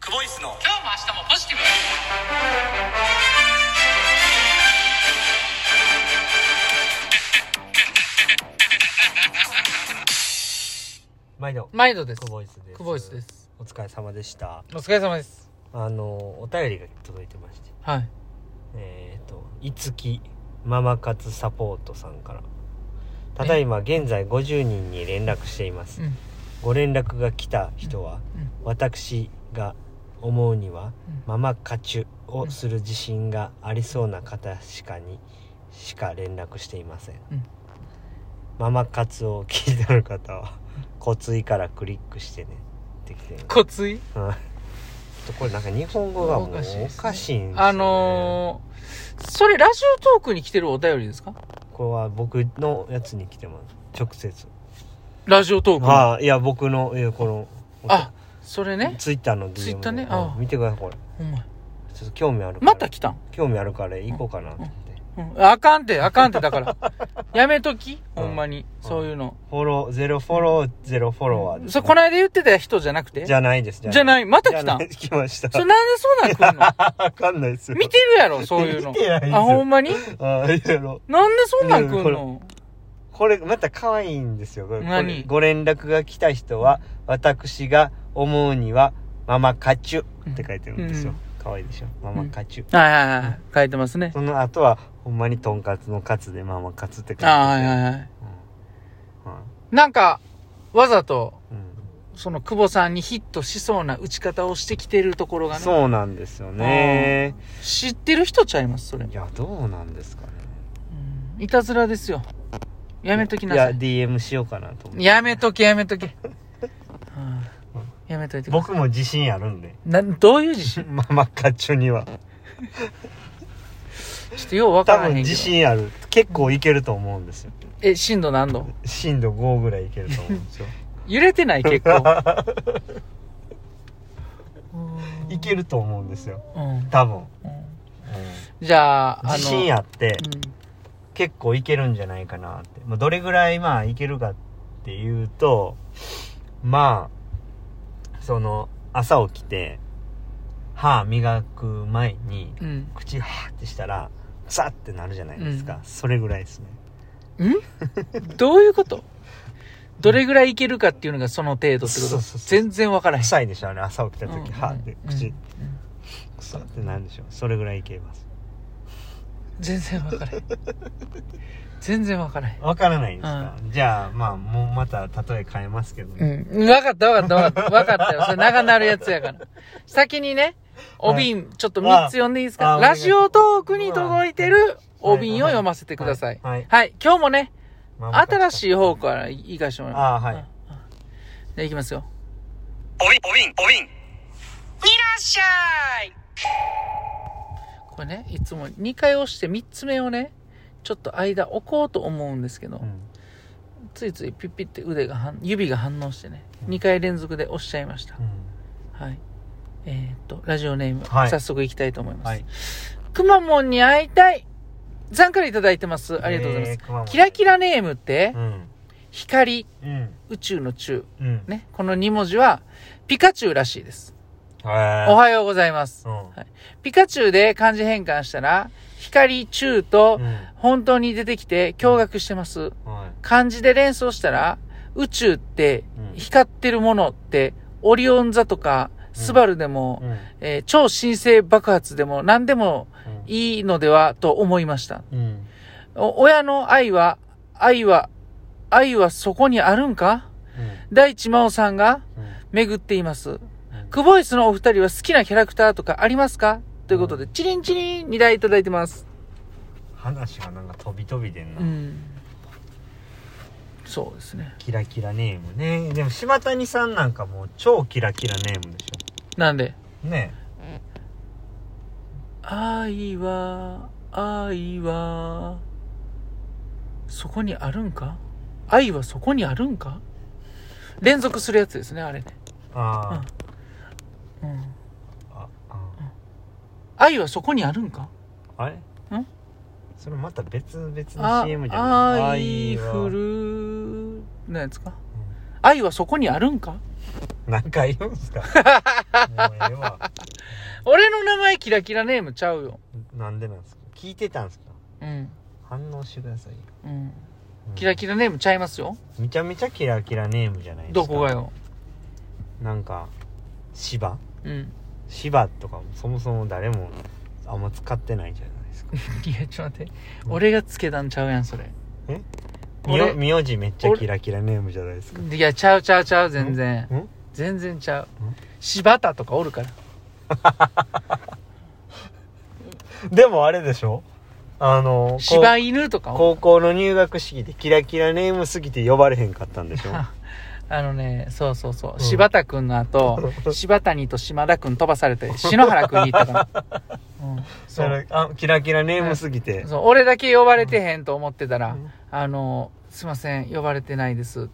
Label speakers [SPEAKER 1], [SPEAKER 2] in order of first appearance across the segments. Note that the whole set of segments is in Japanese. [SPEAKER 1] クボイスの
[SPEAKER 2] 今日も明日もポジティブ
[SPEAKER 1] 毎度
[SPEAKER 2] 毎度です
[SPEAKER 1] クボイスです
[SPEAKER 2] クボイスです
[SPEAKER 1] お疲れ様でした
[SPEAKER 2] お疲れ様です
[SPEAKER 1] あのお便りが届いてまして
[SPEAKER 2] はい
[SPEAKER 1] えっ、といつきママ活サポートさんからただいま現在50人に連絡しています
[SPEAKER 2] うんうん
[SPEAKER 1] ご連絡が来た人は私が思うには
[SPEAKER 2] うん
[SPEAKER 1] ママ活をする自信がありそうな方しかにしか連絡していません、
[SPEAKER 2] うん
[SPEAKER 1] ママ活を聞いてある方は骨髄からクリックしてねってきてる
[SPEAKER 2] 骨髄
[SPEAKER 1] はいちょっとこれなんか日本語がもう
[SPEAKER 2] お
[SPEAKER 1] お
[SPEAKER 2] か
[SPEAKER 1] か
[SPEAKER 2] し
[SPEAKER 1] し
[SPEAKER 2] い
[SPEAKER 1] いん
[SPEAKER 2] でね
[SPEAKER 1] ですすよね
[SPEAKER 2] あのー、それラジオトークに来てるお便りですか
[SPEAKER 1] これは僕のやつに来てます直接
[SPEAKER 2] ラジオトークに
[SPEAKER 1] ああいや僕のいやこの
[SPEAKER 2] あそれね
[SPEAKER 1] ツイッターの DM で
[SPEAKER 2] ツイッターね
[SPEAKER 1] うん
[SPEAKER 2] ああ
[SPEAKER 1] 見てくださいこれ
[SPEAKER 2] お前
[SPEAKER 1] ちょっと興味あるから
[SPEAKER 2] また来たん、
[SPEAKER 1] 興味あるから行こうかなってって、
[SPEAKER 2] うん、あかんてあかんてだからやめときほんまに、
[SPEAKER 1] うん
[SPEAKER 2] そういうの、
[SPEAKER 1] フォロー、ゼロフォロー、ゼロフォロワーです、
[SPEAKER 2] それこの間言ってた人じゃなくて
[SPEAKER 1] じゃないです。
[SPEAKER 2] じゃないまた来たん
[SPEAKER 1] じゃない来ました
[SPEAKER 2] そ。れなんでそうなん来る の
[SPEAKER 1] わかんないですよ。
[SPEAKER 2] 見てるやろそういうの
[SPEAKER 1] 見てないですよ
[SPEAKER 2] あほんまに
[SPEAKER 1] ああ、いろいろ。
[SPEAKER 2] なんでそんなん来
[SPEAKER 1] いや
[SPEAKER 2] ん
[SPEAKER 1] いやこ
[SPEAKER 2] の
[SPEAKER 1] これ、また可愛いんですよ。これ
[SPEAKER 2] 何
[SPEAKER 1] これご連絡が来た人は、私が思うには、ママカチュって書いてるんですよ。可愛いでしょ。ママカチュ。
[SPEAKER 2] はいはいはい書いてますね
[SPEAKER 1] その後は、ほんまにトンカツのカツでママカツって書いて
[SPEAKER 2] ああはいはいはい
[SPEAKER 1] うんはい
[SPEAKER 2] なんか、わざと、
[SPEAKER 1] うん
[SPEAKER 2] その久保さんにヒットしそうな打ち方をしてきてるところがね、
[SPEAKER 1] そうなんですよね。
[SPEAKER 2] 知ってる人ちゃいます、それ
[SPEAKER 1] い。や、どうなんですかね。
[SPEAKER 2] いたずらですよ。やめときなさ
[SPEAKER 1] い
[SPEAKER 2] い
[SPEAKER 1] や、。DM しようかなと思って。
[SPEAKER 2] やめとけ、やめと け。はあやめといてくださ
[SPEAKER 1] 僕も自信あるんで。
[SPEAKER 2] い。な、どういう自信
[SPEAKER 1] ママカチュには。
[SPEAKER 2] ちょっとようわか
[SPEAKER 1] 多
[SPEAKER 2] らへんけ
[SPEAKER 1] 分
[SPEAKER 2] ど。
[SPEAKER 1] 自信ある結構いけると思うんですよ
[SPEAKER 2] え、震度何度
[SPEAKER 1] 震度5ぐらいいけると思うん ですよ
[SPEAKER 2] 揺れてない、結 構。
[SPEAKER 1] いけると思うんですよ
[SPEAKER 2] うん。うん
[SPEAKER 1] 多分、
[SPEAKER 2] じゃあ、あの、
[SPEAKER 1] 自信あって
[SPEAKER 2] うん
[SPEAKER 1] 結構いけるんじゃないかなって、まあ、どれぐらいまあいけるかっていうとまあその朝起きて歯磨く前に
[SPEAKER 2] うん。
[SPEAKER 1] 口はーってしたらザッてなるじゃないですか、それぐらいですね
[SPEAKER 2] どういうことどれぐらいいけるかっていうのがその程度ってこ
[SPEAKER 1] そ
[SPEAKER 2] と
[SPEAKER 1] うそうそう
[SPEAKER 2] 全然わからへん。
[SPEAKER 1] 臭いでしょあれ朝起きた時、歯って
[SPEAKER 2] うん
[SPEAKER 1] 口、
[SPEAKER 2] うん
[SPEAKER 1] 臭ってなるでしょそれぐらいいけます
[SPEAKER 2] 全然わからへん全然わからへん
[SPEAKER 1] わからないですか、じゃあまあもうまた例え変えますけど、ね
[SPEAKER 2] うん、分かった分かった分かった分かったよそれ長なるやつやから先にねお瓶、ちょっと3つ読んでいいです
[SPEAKER 1] あ
[SPEAKER 2] か
[SPEAKER 1] あ
[SPEAKER 2] ラジオトークに届いてるお瓶を読ませてください
[SPEAKER 1] はいはい
[SPEAKER 2] 今日もね
[SPEAKER 1] まあ
[SPEAKER 2] 新しい方からいかしてもらいます
[SPEAKER 1] ああはい
[SPEAKER 2] うんうんじゃあいきますよ
[SPEAKER 1] おびんおびんおびん
[SPEAKER 2] いらっしゃいこれねいつも2回押して3つ目をねちょっと間置こうと思うんですけど、ついついピッピって腕が反指が反応してね
[SPEAKER 1] うん
[SPEAKER 2] 2回連続で押しちゃいました、はいえーっとラジオネーム、
[SPEAKER 1] はい
[SPEAKER 2] 早速いきたいと思います、
[SPEAKER 1] はい
[SPEAKER 2] くまモンに会いたいさんからいただいてますありがとうございます、キラキ
[SPEAKER 1] ラ
[SPEAKER 2] ラネームって、
[SPEAKER 1] うん
[SPEAKER 2] 光
[SPEAKER 1] うん
[SPEAKER 2] 宇宙の宙
[SPEAKER 1] うん
[SPEAKER 2] ねこの2文字はピカチュウらしいです、
[SPEAKER 1] お
[SPEAKER 2] お
[SPEAKER 1] は
[SPEAKER 2] はようございます、
[SPEAKER 1] うん
[SPEAKER 2] ピカチュウで漢字変換したら光宙と
[SPEAKER 1] うん
[SPEAKER 2] 本当に出てきて驚愕してます、
[SPEAKER 1] はい
[SPEAKER 2] 漢字で連想したら、宇宙って
[SPEAKER 1] うん
[SPEAKER 2] 光ってるものって、オリオン座とか、スバルでも、
[SPEAKER 1] うん
[SPEAKER 2] えー超新星爆発でも何でもいいのではと思いました。
[SPEAKER 1] うん
[SPEAKER 2] お親の愛は、愛は、愛はそこにあるんか
[SPEAKER 1] うん
[SPEAKER 2] 大地真央さんが
[SPEAKER 1] うん
[SPEAKER 2] 巡っています。クボイスのお二人は好きなキャラクターとかありますかということで、チリンチリン2台いただいてます。
[SPEAKER 1] 話がなんか飛び飛びでんな、
[SPEAKER 2] うん。そうですね。
[SPEAKER 1] キラキラネームねでも柴谷さんなんかもう超キラキラネームでし
[SPEAKER 2] なんで、
[SPEAKER 1] ょね
[SPEAKER 2] 愛は愛はそこにあるんか愛はそこにあるんか連続するやつですねあれね、
[SPEAKER 1] あ
[SPEAKER 2] うん、
[SPEAKER 1] ーああ
[SPEAKER 2] 愛はそこにあるんか
[SPEAKER 1] あれん
[SPEAKER 2] ん
[SPEAKER 1] それまた別々の
[SPEAKER 2] あ
[SPEAKER 1] CM じゃない
[SPEAKER 2] 愛
[SPEAKER 1] は
[SPEAKER 2] ふるなんやつか愛はそこにあるんか
[SPEAKER 1] う何回言うんすかもうええわ
[SPEAKER 2] 俺の名前キラキラネームちゃうよ
[SPEAKER 1] なんでなんですか聞いてたんですか
[SPEAKER 2] うん
[SPEAKER 1] 反応してくださいよ、
[SPEAKER 2] うん
[SPEAKER 1] うん
[SPEAKER 2] キラキラネームちゃいますよ
[SPEAKER 1] めちゃめちゃキラキラネームじゃないですか
[SPEAKER 2] どこがよ
[SPEAKER 1] なんか芝
[SPEAKER 2] うん
[SPEAKER 1] 芝とかもそもそも誰もあんま使ってないじゃない ですか
[SPEAKER 2] いやちょっと待って俺がつけたんちゃうやんそれ
[SPEAKER 1] えみよ
[SPEAKER 2] 俺
[SPEAKER 1] 名字めっちゃキラキラネームじゃないですか
[SPEAKER 2] いやちゃうちゃうちゃう全然
[SPEAKER 1] ん
[SPEAKER 2] 全然ちゃうん柴田とかおるから
[SPEAKER 1] でもあれでしょあの
[SPEAKER 2] 柴犬とかお
[SPEAKER 1] 高
[SPEAKER 2] る
[SPEAKER 1] 校の入学式でキラキラネームすぎて呼ばれへんかったんでし ょ
[SPEAKER 2] あのねそうそうそう、
[SPEAKER 1] ん
[SPEAKER 2] 柴田君の 後柴谷と島田君飛ばされて篠原君に行ったから、 うん、そ
[SPEAKER 1] そうれあキラキラネームすぎて、
[SPEAKER 2] そう俺だけ呼ばれてへんと思ってたら「
[SPEAKER 1] うん
[SPEAKER 2] あのすいません呼ばれてないです」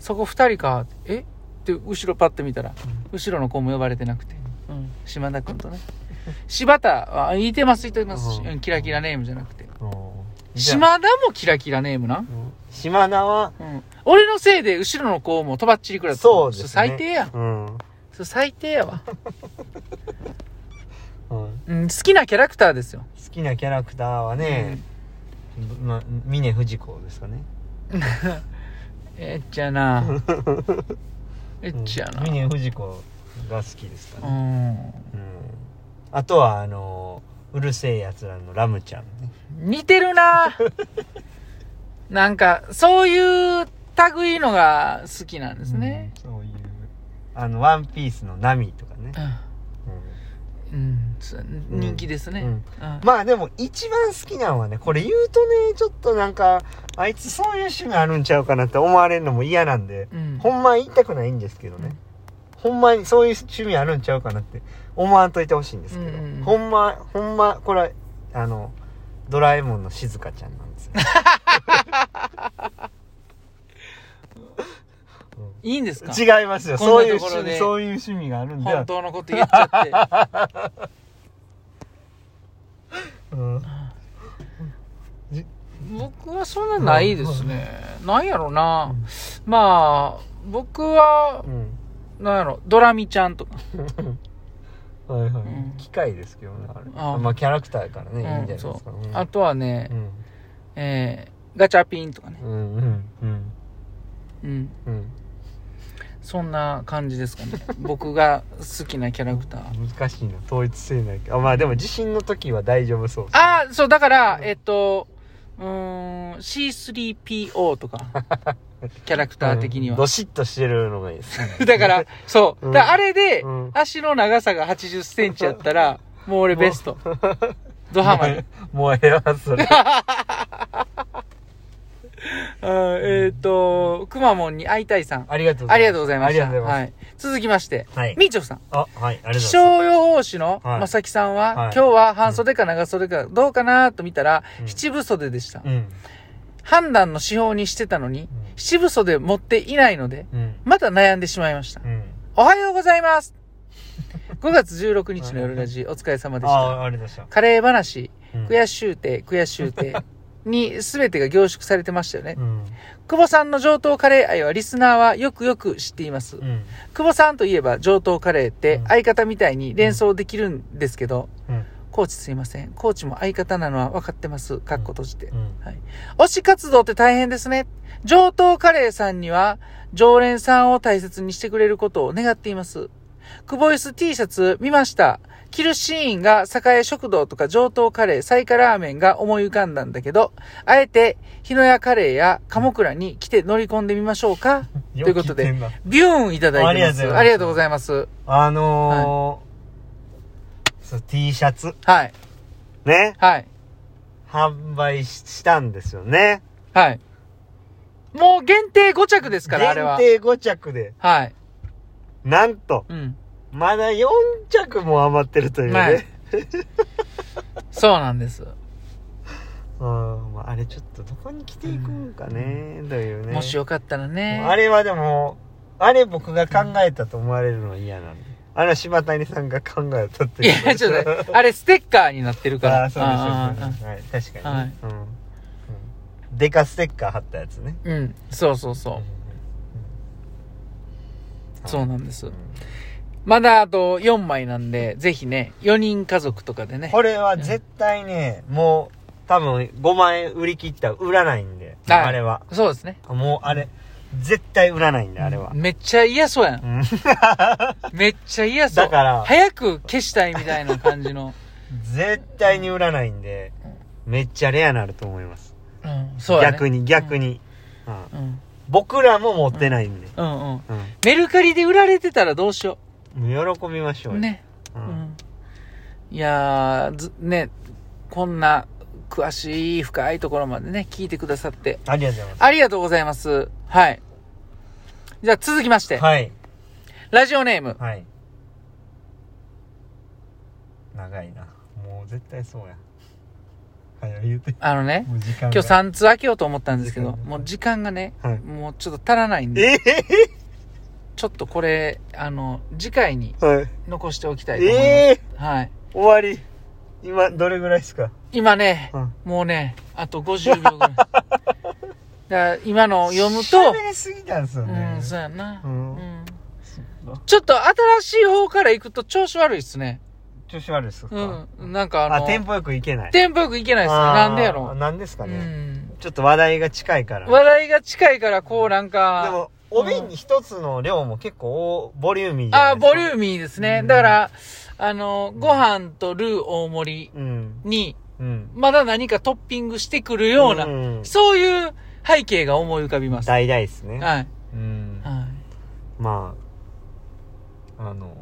[SPEAKER 2] そこ2人か「えっ?」て後ろパッと見たら、後ろの子も呼ばれてなくて、うん、島田君とね柴田は「いてますいてます」
[SPEAKER 1] うん
[SPEAKER 2] うんキラキラネームじゃなくて
[SPEAKER 1] うんじゃあ
[SPEAKER 2] 島田もキラキラネームな、
[SPEAKER 1] うん島田は
[SPEAKER 2] うん、俺のせいで後ろの子もとばっちりくらった
[SPEAKER 1] そうですね
[SPEAKER 2] 最低やん
[SPEAKER 1] うん、
[SPEAKER 2] それ最低やわ、
[SPEAKER 1] うん
[SPEAKER 2] うん、好きなキャラクターですよ、
[SPEAKER 1] 好きなキャラクターはね、まあ、峰不二子ですかね
[SPEAKER 2] えっちゃ なえっちゃな
[SPEAKER 1] うん峰不二子が好きですか
[SPEAKER 2] う
[SPEAKER 1] ね、
[SPEAKER 2] ん
[SPEAKER 1] うんあとはあのうるせえやつらのラムちゃんね
[SPEAKER 2] 似てるな なんか、そういう類のが好きなんですね。、
[SPEAKER 1] うんそういうあの「ワンピースのナミとかね、うん
[SPEAKER 2] うん、そう人気ですね。
[SPEAKER 1] うん
[SPEAKER 2] うん
[SPEAKER 1] まあでも一番好きなのはね、これ言うとね、ちょっとなんか、あいつそういう趣味あるんちゃうかなって思われるのも嫌なんで、
[SPEAKER 2] うん
[SPEAKER 1] ほんま言いたくないんですけどね。ほんまにそういう趣味あるんちゃうかなって思わんといてほしいんですけど、
[SPEAKER 2] うんうん
[SPEAKER 1] ほんま、ほんま、これは、あの、ドラえもんのしずかちゃんなんですよ。
[SPEAKER 2] いいんですか
[SPEAKER 1] 違いますよ。
[SPEAKER 2] こ
[SPEAKER 1] そ
[SPEAKER 2] ん
[SPEAKER 1] う
[SPEAKER 2] な
[SPEAKER 1] いう
[SPEAKER 2] ところ
[SPEAKER 1] 趣
[SPEAKER 2] で
[SPEAKER 1] 味、そういう趣味があるんで
[SPEAKER 2] 本。当のこと言っちゃって。
[SPEAKER 1] うん
[SPEAKER 2] 僕はそんなないですね。なんやろな。まあ、僕は
[SPEAKER 1] う、ん。
[SPEAKER 2] なんやろ、ドラミちゃんとか。
[SPEAKER 1] はいはい、
[SPEAKER 2] ん
[SPEAKER 1] 機械ですけどね、あれ。
[SPEAKER 2] あ
[SPEAKER 1] まあキャラクターやからね、いいんじゃない
[SPEAKER 2] うん、
[SPEAKER 1] ですか
[SPEAKER 2] そ。
[SPEAKER 1] う
[SPEAKER 2] う。
[SPEAKER 1] ん
[SPEAKER 2] あとはね
[SPEAKER 1] う、ん
[SPEAKER 2] えーガチャピンとかね。
[SPEAKER 1] うんうんうん
[SPEAKER 2] うん。
[SPEAKER 1] うん
[SPEAKER 2] そんな感じですかね。僕が好きなキャラクター。
[SPEAKER 1] 難しいな統一性ないけどあまあでも地震の時は大丈夫そうですね
[SPEAKER 2] ああ、そう、だから、えっと、うーん、C3PO とか、キャラクター的に
[SPEAKER 1] うん
[SPEAKER 2] は
[SPEAKER 1] ど。しっとしてるのがいいですね
[SPEAKER 2] だから、そう。
[SPEAKER 1] うん
[SPEAKER 2] だからあれで
[SPEAKER 1] うん、
[SPEAKER 2] 足の長さが80センチやった ら、もう俺ベスト。ドハマり。
[SPEAKER 1] もうええわ それ
[SPEAKER 2] あーえっと、くまモンに会いたいさん。
[SPEAKER 1] ありがとう
[SPEAKER 2] ありがとうございました。
[SPEAKER 1] ありがとうござい
[SPEAKER 2] は
[SPEAKER 1] ます
[SPEAKER 2] い。続きまして、
[SPEAKER 1] はい
[SPEAKER 2] みーちょぱさん。
[SPEAKER 1] あはいありがとうございます
[SPEAKER 2] 気象予報士の
[SPEAKER 1] はい
[SPEAKER 2] まさきさんは、
[SPEAKER 1] はい
[SPEAKER 2] 今日は半袖か長袖かどうかなと見たら、
[SPEAKER 1] うん
[SPEAKER 2] 七分袖でした。
[SPEAKER 1] うん
[SPEAKER 2] 判断の指標にしてたのに、七分袖持っていないので、
[SPEAKER 1] うん
[SPEAKER 2] また悩んでしまいました。
[SPEAKER 1] うん
[SPEAKER 2] おはようございます。5月16日の夜ラジ、お疲れ様でし
[SPEAKER 1] あ
[SPEAKER 2] た。
[SPEAKER 1] あありがとうございま
[SPEAKER 2] カレー話、
[SPEAKER 1] したうん
[SPEAKER 2] 悔しゅうて、悔しゅうて、に全てが凝縮されてましたよね
[SPEAKER 1] う。ん
[SPEAKER 2] 久保さんの上等カレー愛はリスナーはよくよく知っています。
[SPEAKER 1] うん
[SPEAKER 2] 久保さんといえば上等カレーって
[SPEAKER 1] うん
[SPEAKER 2] 相方みたいに連想できるんですけど、
[SPEAKER 1] うん
[SPEAKER 2] コーチすいません。コーチも相方なのは分かってます。かっこ閉じて
[SPEAKER 1] う。ん
[SPEAKER 2] 推し活動って大変ですね。上等カレーさんには、常連さんを大切にしてくれることを願っています。クボイス T シャツ見ました。着るシーンが栄食堂とか上等カレー、サイカラーメンが思い浮かんだんだけど、あえて日野屋カレーや鴨倉に来て乗り込んでみましょう か。
[SPEAKER 1] よ
[SPEAKER 2] ということで
[SPEAKER 1] 聞てんな
[SPEAKER 2] ビューンいただいてます。あ
[SPEAKER 1] あ
[SPEAKER 2] りがと
[SPEAKER 1] りがと
[SPEAKER 2] う
[SPEAKER 1] う
[SPEAKER 2] ご
[SPEAKER 1] ご
[SPEAKER 2] ざいます。
[SPEAKER 1] あのーそう T シャツ
[SPEAKER 2] はい。
[SPEAKER 1] ね
[SPEAKER 2] はい。
[SPEAKER 1] 販売ししたんですよね
[SPEAKER 2] はい。もう限定5着ですから、あれ
[SPEAKER 1] 限
[SPEAKER 2] は。
[SPEAKER 1] 定5着で
[SPEAKER 2] はい。
[SPEAKER 1] なんと
[SPEAKER 2] うん。
[SPEAKER 1] まだ4着も余ってるというね、
[SPEAKER 2] はいそうなんです。
[SPEAKER 1] うん、まああれちょっとどこに着ていくんかね、というね。
[SPEAKER 2] もしよかったらね。
[SPEAKER 1] あれはでも、あれ僕が考えたと思われるのは嫌なんで。あれは柴谷さんが考えたって
[SPEAKER 2] い
[SPEAKER 1] いう。
[SPEAKER 2] や、ちょっと待 って、あれステッカーになってるから。
[SPEAKER 1] ああ、そう
[SPEAKER 2] あ
[SPEAKER 1] で
[SPEAKER 2] あ
[SPEAKER 1] すそうですはい、確かにね、うんうん。デカステッカー貼ったやつね。
[SPEAKER 2] うん、そうそうそう。そうなんです
[SPEAKER 1] ん
[SPEAKER 2] まだあと4枚なんで、ぜひね、4人家族とかでね。
[SPEAKER 1] これは絶対ね、もう多分5万円売り切ったら売らないんで、
[SPEAKER 2] はい
[SPEAKER 1] あれは。
[SPEAKER 2] そうですね。
[SPEAKER 1] もうあれ、絶対売らないんで、あれは。
[SPEAKER 2] めっちゃ嫌そうやん。
[SPEAKER 1] うん
[SPEAKER 2] めっちゃ嫌そう。
[SPEAKER 1] だから
[SPEAKER 2] 早く消したいみたいな感じの。
[SPEAKER 1] 絶対に売らないんで、めっちゃレアなると思います。
[SPEAKER 2] うん、そうや、ね。
[SPEAKER 1] 逆に、逆に、うん
[SPEAKER 2] うん。
[SPEAKER 1] 僕らも持ってないんで。
[SPEAKER 2] うんうん。
[SPEAKER 1] うん
[SPEAKER 2] メルカリで売られてたらどうしよ
[SPEAKER 1] 喜びましょう
[SPEAKER 2] う。
[SPEAKER 1] よ。
[SPEAKER 2] ね。
[SPEAKER 1] う
[SPEAKER 2] うんん。いやー、ず、ね、こんな詳しい深いところまでね、聞いてくださって。
[SPEAKER 1] ありがとうございま
[SPEAKER 2] ありがとうございます。はい。じゃあ続きまして、
[SPEAKER 1] す。はい。
[SPEAKER 2] ラジオネーム、
[SPEAKER 1] はい。長いな。もう絶対そうや。早言うて。
[SPEAKER 2] あのね、
[SPEAKER 1] もう時間が
[SPEAKER 2] 今日3通開けようと思ったんですけど、
[SPEAKER 1] 時間が
[SPEAKER 2] もう時間がね、
[SPEAKER 1] はい
[SPEAKER 2] もうちょっと足らないんで、
[SPEAKER 1] え
[SPEAKER 2] ちょっとこれ、あの、次回に
[SPEAKER 1] ー、はい。
[SPEAKER 2] 残しておきたいと思います。
[SPEAKER 1] え
[SPEAKER 2] はい。
[SPEAKER 1] ー、終わり。今、どれぐらいですか
[SPEAKER 2] 今ね、
[SPEAKER 1] うん
[SPEAKER 2] もうね、あと50秒ぐ らい。だから今のを読むと、
[SPEAKER 1] 喋りすぎたんですよね。
[SPEAKER 2] うん、そうやな。
[SPEAKER 1] う
[SPEAKER 2] うんん。ちょっと新しい方から行くと調子悪いっすね。
[SPEAKER 1] 調子悪いっすか、
[SPEAKER 2] うん。なんかあの、
[SPEAKER 1] あテンポよくいけない。
[SPEAKER 2] テンポよくいけないっすね。
[SPEAKER 1] あー
[SPEAKER 2] なんでやろ。
[SPEAKER 1] なんですか
[SPEAKER 2] う
[SPEAKER 1] ね、
[SPEAKER 2] ん。
[SPEAKER 1] ちょっと話題が近いから。
[SPEAKER 2] 話題が近いから、こうなんか、
[SPEAKER 1] でも、お瓶に一つの量も結構大、ボリューミーじ
[SPEAKER 2] あ
[SPEAKER 1] ゃな
[SPEAKER 2] あ、
[SPEAKER 1] いですか。
[SPEAKER 2] ボリューミーですね。
[SPEAKER 1] うん
[SPEAKER 2] だから、あの、ご飯とルー大盛り
[SPEAKER 1] うん。
[SPEAKER 2] に、
[SPEAKER 1] うん。
[SPEAKER 2] まだ何かトッピングしてくるような、
[SPEAKER 1] ん
[SPEAKER 2] そういう背景が思い浮かびます。はい。
[SPEAKER 1] 大々ですね。
[SPEAKER 2] はい。
[SPEAKER 1] うん。まあ、あの、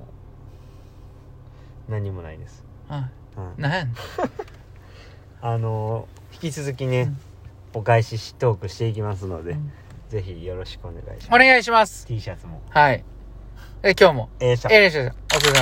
[SPEAKER 1] 何もないです。
[SPEAKER 2] は
[SPEAKER 1] うん
[SPEAKER 2] い。なんやねん
[SPEAKER 1] あの、引き続きね、お返ししトークしていきますので、
[SPEAKER 2] うん
[SPEAKER 1] ぜひよろしくお願いし
[SPEAKER 2] お
[SPEAKER 1] ます。
[SPEAKER 2] 願いします。
[SPEAKER 1] T シャツも。
[SPEAKER 2] はい。え、今日も。
[SPEAKER 1] ええシャツ
[SPEAKER 2] えー、お疲れ様。